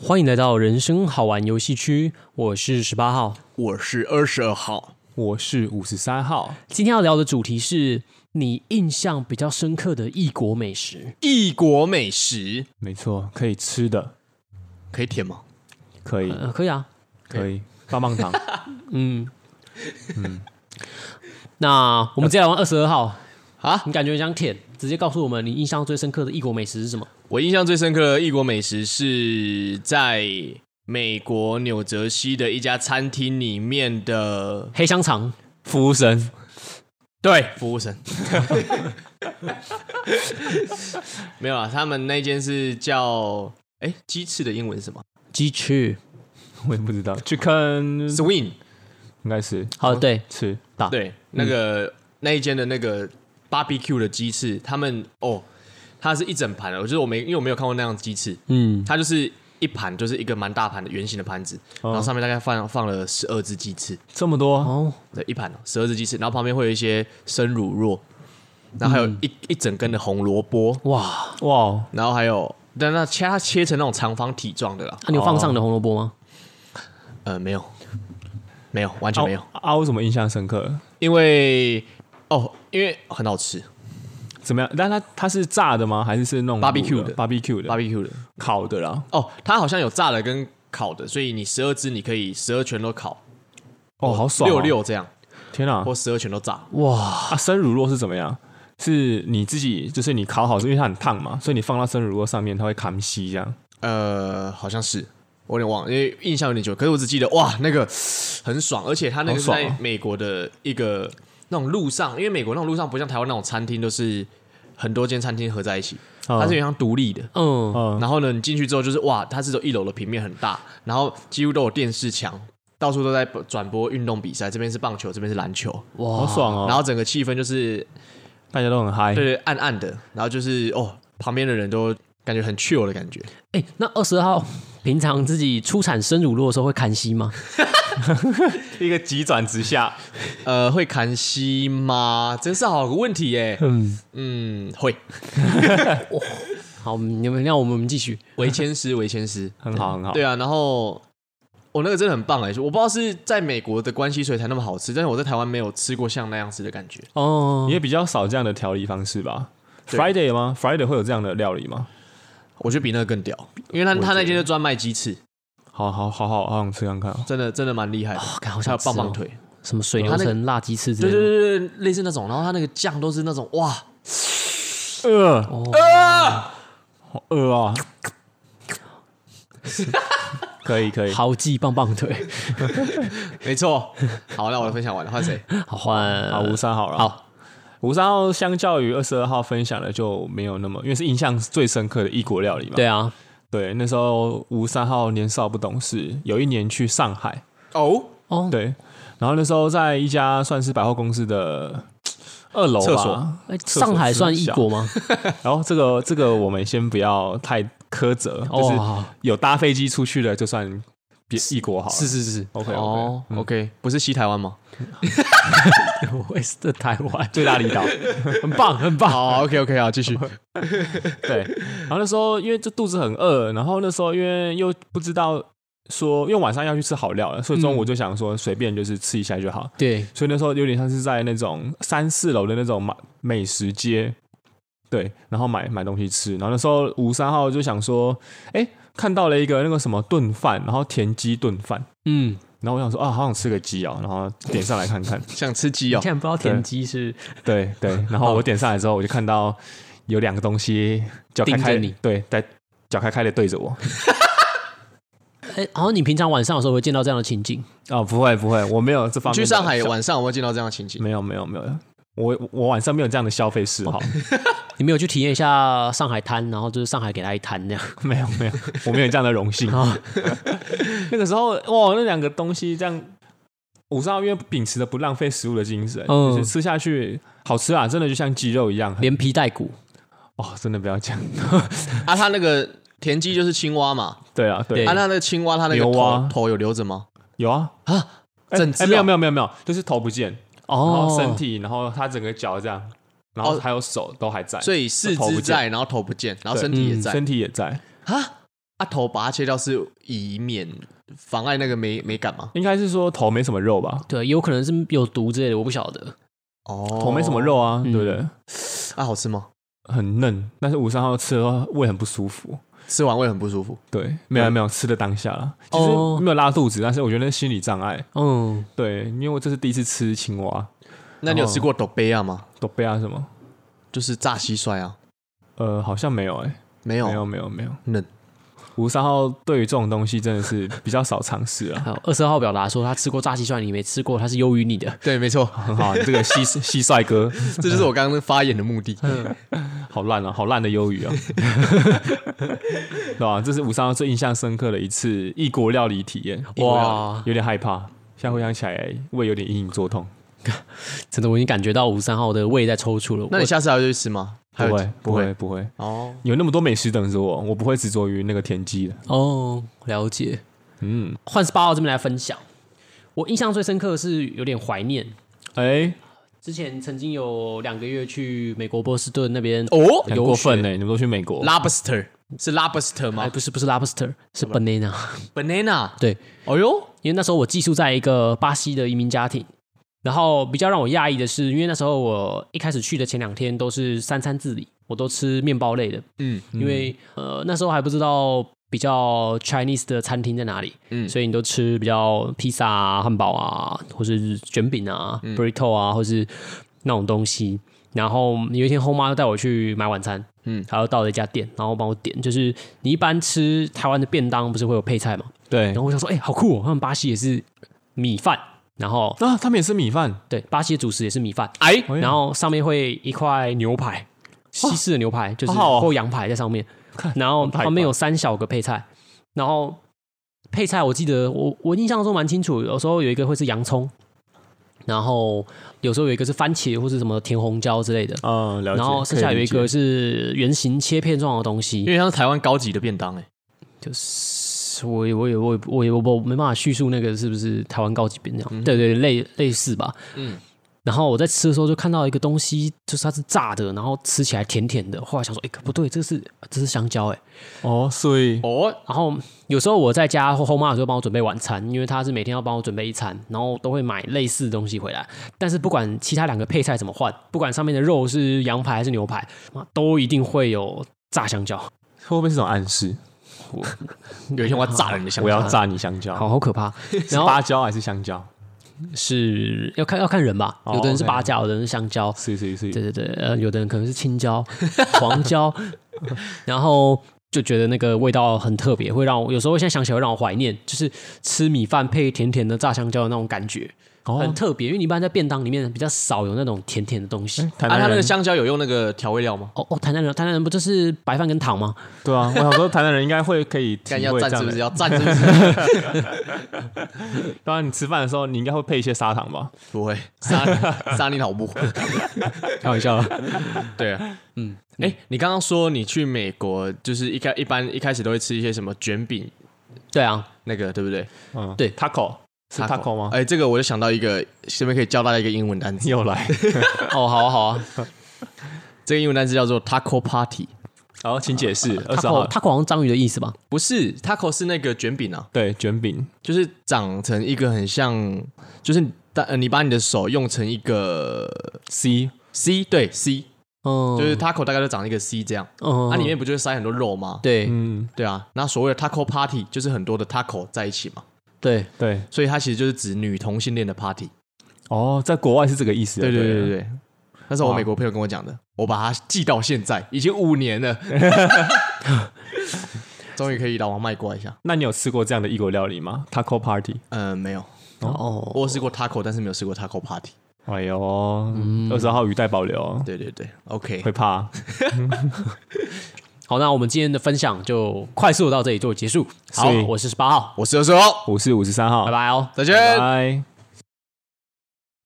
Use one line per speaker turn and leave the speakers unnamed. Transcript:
欢迎来到人生好玩游戏区，我是十八号，
我是二十二号，
我是五十三号。
今天要聊的主题是你印象比较深刻的异国美食。
异国美食
没错，可以吃的，
可以舔吗？
可以，
呃，可以啊，
可以，棒棒糖。
嗯那我们直接来玩二十二号
啊！
你感觉很想舔，直接告诉我们你印象最深刻的异国美食是什么？
我印象最深刻的异国美食是在美国纽泽西的一家餐厅里面的，
黑香肠，
服务生，
对，服务生。没有啊，他们那间是叫哎鸡翅的英文是什么
鸡翅。
我也不知道，chicken
？Swing。
应该是
好，对，
吃
打
对，那个、那一间的那个 barbecue 的鸡翅，他们哦，它是一整盘的，我就是我没因为我没有看过那样的鸡翅，
嗯，
它就是一盘就是一个蛮大盘的圆形的盘子，然后上面大概放放了十二只鸡翅，
这么多，
哦，
对，一盘十二只鸡翅，然后旁边会有一些生乳酪，然后还有一、一整根的红萝卜，
哇，
哇，哦
然后还有。但那切它切成那种长方体状的啦，
啊那、你有放上你的红萝卜吗？
呃，没有，没有，完全
凹
没有，
啊，我怎么印象深刻？
因为哦，因为很好吃
怎么样？但它它是炸的吗？还是是那种
Barbecue
卤
的
，barbecue 的，
，barbecue 的，
烤的啦？
哦，它好像有炸的跟烤的，所以你十二只你可以十二全都烤，
哦，好爽，
六，六这样，
天啊！
或十二全都炸。
哇，
啊，生乳酪是怎么样？是你自己，就是你烤好，因为它很烫嘛，所以你放到生乳酪上面，它会砍稀这样。
呃，好像是，我有点忘了，因为印象有点久，可是我只记得哇，那个很爽，而且它那个是
好爽
在
哦
美国的一个那种路上，因为美国那种路上不像台湾那种餐厅都是很多间餐厅合在一起，它
哦
是有点像独立的。
嗯，
嗯，
然后呢，你进去之后就是哇，它是走一楼的平面很大，然后几乎都有电视墙，到处都在转播运动比赛，这边是棒球，这边是篮球，
哇，
好爽
然
哦，
后整个气氛就是
大家都很嗨。
对，暗暗的，然后就是哦，旁边的人都感觉很 chill 的感觉。
哎、那二十号平常自己出产生乳酪的时候会砍息吗？
一个急转直下，
呃，会砍息吗？真是好个问题耶。
嗯，
嗯，会，
好，你们让我们我们继续。
为千师，为千师。
很好很好。
对啊，然后我、哦、那个真的很棒哎，我不知道是在美国的关系所以才那么好吃，但是我在台湾没有吃过像那样子的感觉。
哦
你，也比较少这样的调理方式吧
对
？Friday 吗？Friday 会有这样的料理吗？
我觉得比那个更屌，因为他
我也
他那
觉
间就专卖鸡翅，
好好好好好想吃看看哦。
真的真的蛮厉害的，
哦干好
还有
想吃、哦、
棒棒，腿，
什么水牛
它那
城辣鸡翅之
对
类的。
对对对，对类似那种，然后他那个酱都是那种哇，
饿好饿呃啊！可以可以，
豪记棒棒腿，
没错。 好，那我的分享完了，换谁？
好换
好五三好了。
好，
五三号相较于二十二号分享的就没有那么，因为是印象最深刻的异国料理嘛。
对啊，
对，那时候吴三号年少不懂事，有一年去上海，
哦，
哦，
对，然后那时候在一家算是百货公司的二楼吧啊
厕所，
哎，
厕所
上海算
是
异
小
国吗？
然后这个这个我们先不要太苛责，就是
哦，
有搭飞机出去的就算别异国好了。
是是
OK OK，
哦，OK，不是西台湾吗？
我也是在台湾，
最大离岛。
很棒，很棒。
好，OK OK，好，继续。
对， 然后那时候因为就肚子很饿，然后那时候因为又不知道说，因为晚上要去吃好料了，所以中午就想说随便就是吃一下就好。
对，
所以那时候有点像是在那种三四楼的那种买美食街，对，然后买买东西吃。然后那时候五三号就想说，哎，看到了一个那个什么炖饭，然后田鸡炖饭。
嗯，
然后我想说啊，好想吃个鸡哦，然后点上来看 看。
想吃鸡
你
哦
竟，然不知道田鸡是
对对，然后我点上来之后，我就看到有两个东西脚开
盯着
开
你，
对，在脚开开的对着我。
哎，好像你平常晚上的时候会见到这样的情景，
哦，不会不会，我没有这方
你
面的
去
想。
上海晚上有没有见到这样的情景？
没有没有没有，我我晚上没有这样的消费嗜好，
你没有去体验一下上海滩，然后就是上海给他一滩那样。
没有没有，我没有这样的荣 幸。那个时候哇，那两个东西这样，五十号因为秉持着不浪费食物的精神，
嗯
就是吃下去好吃啊，真的就像鸡肉一样。
连皮带骨，
哦，真的不要讲。
啊，他那个田鸡就是青蛙嘛，
对啊对
对
啊，那那个青蛙它那个
牛蛙
头头有留着吗？
有啊
啊，
哎
整只
哎没有
哦
没有没有没有，就是头不见，然后
哦，
身体，然后他整个脚这样，然后
哦
还有手都还在，
所以四
头不
肢
见
在，然后头不见，然后
对
身体也
嗯
在
身体也在。
啊，啊头把它切掉是以免妨碍那个美美感吗？
应该是说头没什么肉吧，
对，有可能是有毒之类的，我不晓得。
哦，
头没什么肉啊，
嗯
对不对？
啊，好吃吗？
很嫩，但是五三号吃的话胃很不舒服。
吃完胃很不舒服。
对，没有没有吃的当下啦，其实
哦
没有拉肚子，但是我觉得那是心理障碍。
嗯，
对，因为我这是第一次吃青蛙，
那你有
然后
吃过豆贝亚吗？
都被啊什么？
就是炸蟋蟀啊？
呃，好像没有哎、
没有，
没有没有没有。
嫩。
五三号对于这种东西真的是比较少尝试啊。
还有二十二号表达说他吃过炸蟋蟀，你没吃过，他是优于你的。
对，没错，
很好，你这个蟋蟋蟀哥，
这就是我刚刚发言的目的。
好烂啊， 好烂的鱿鱼啊，对吧、这是五三号最印象深刻的一次异国料理体验，
哇
有点害怕。现在回想起来，胃有点隐隐作痛。
真的，我已经感觉到五三号的胃在抽搐了。
那你下次还会去吃吗？还
不
有
会，不会，不会，
哦，
有那么多美食等着我，我不会执着于那个田鸡的。
我哦，了解。
嗯，
换十八号这边来分享，我印象最深刻的是有点怀念。
哎、
之前曾经有两个月去美国波士顿那边
哦
游
很过分欸
学
呢、你们都去美国，
，lobster 是 lobster
哎，
吗
不是不是 lobster，是 banana。
？banana。
对，
哦呦，
因为那时候我寄宿在一个巴西的移民家庭，然后比较让我讶异的是，因为那时候我一开始去的前两天都是三餐自理，我都吃面包类的，
嗯，
因为呃那时候还不知道比较 Chinese 的餐厅在哪里，
嗯
所以你都吃比较披萨啊、汉堡啊，或是卷饼啊、burrito
嗯
啊，或是那种东西。然后有一天，后妈就带我去买晚餐，
嗯
嗯，她又到了一家店，然后帮我点，就是你一般吃台湾的便当不是会有配菜吗？
对
然后我想说，哎、好酷哦！他们巴西也是米饭，然后
那、啊、他们也是米饭，
对巴西的主食也是米饭，
哎，
哎呀
然后上面会一块牛排，西式的牛排就是
好好哦
或羊排在上面，然后旁边有三小个配菜，然后配菜我记得我我印象中蛮清楚，有时候有一个会是洋葱，然后有时候有一个是番茄或是什么甜红椒之类的，
嗯，了解。
然后剩下
可以
有一
理解
个是圆形切片状的东西，
因为像是台湾高级的便当哎，
就是我也我也我也我也我我没办法叙述那个是不是台湾高级便当，
嗯
对对类类似吧。
嗯
嗯，然后我在吃的时候就看到一个东西，就是它是炸的，然后吃起来甜甜的。后来想说，哎、可不对，这是这是香蕉哎、
哦，所以
哦，
然后有时候我在家或后妈有时候帮我准备晚餐，因为她是每天要帮我准备一餐，然后都会买类似的东西回来。但是不管其他两个配菜怎么换，不管上面的肉是羊排还是牛排，妈都一定会有炸香蕉。
会不会是种暗示？
有一天我要炸了你的香
我
蕉，啊
要炸你香蕉，
好好可 怕，
是
然后
芭蕉还是香蕉？
是要看要看人吧，
哦
有的人是
OK
芭蕉，有的人是香蕉，
是是是，
对对对，呃，有的人可能是青椒、 黄椒， 然后就觉得那个味道很特别，会让我有时候现在想起来会让我怀念，就是吃米饭配甜甜的炸香蕉的那种感觉，很
哦，
特别，因为你一般在便当里面比较少有那种甜甜的东西。
哎台
啊，
南
它那
人
个香蕉有用那个调味料吗？
哦哦，台南人，台南人不就是白饭跟糖吗？
对啊，我想说台南人应该会可以体
干
会
要
这
蘸
样
是不是？
的。
要蘸是不是？
当然，你吃饭的时候你应该会配一些砂糖吧？
不会， 杀杀你老母！
开玩笑，
对啊，嗯，哎，你刚刚说你去美国，就是一开一般一开始都会吃一些什么卷饼
对啊，
那个，对不对？
嗯，
对
，taco 是 taco 吗？
哎，这个我就想到一个，这边可以教大家一个英文单词，
又来，
哦，好啊好啊，
这个英文单词叫做 taco party，
然后请解释。二
他
十
口
号，
他口好像章鱼的意思吧？
不是 taco 是那个卷饼啊，
对，卷饼，
就是长成一个很像，就是你呃你把你的手用成一个 C C 对 C，
嗯，
就是 taco 大概就长一个 C 这样，啊
嗯，
它里面不就是塞很多肉吗？
对
嗯，
哦对啊，那所谓的 taco party 就是很多的 taco 在一起嘛，
对
对，
所以它其实就是指女同性恋的 party。
哦，在国外是这个意思啊。
对对对对
对
对，那是我
哇
美国朋友跟我讲的，我把它记到现 在，已经五年了，终于可以老王卖瓜一下。
那你有吃过这样的异国料理吗？taco party？
嗯、没有，
哦，
我有试过 taco，但是没有试过 taco party。
哎呦，二十号语带保留，
对对对，OK，
会怕。
好，那我们今天的分享就快速到这里做结束。好
是，
我是十八号，
我是二十哦，
我是五十三号，
拜拜哦。
再见。
拜拜。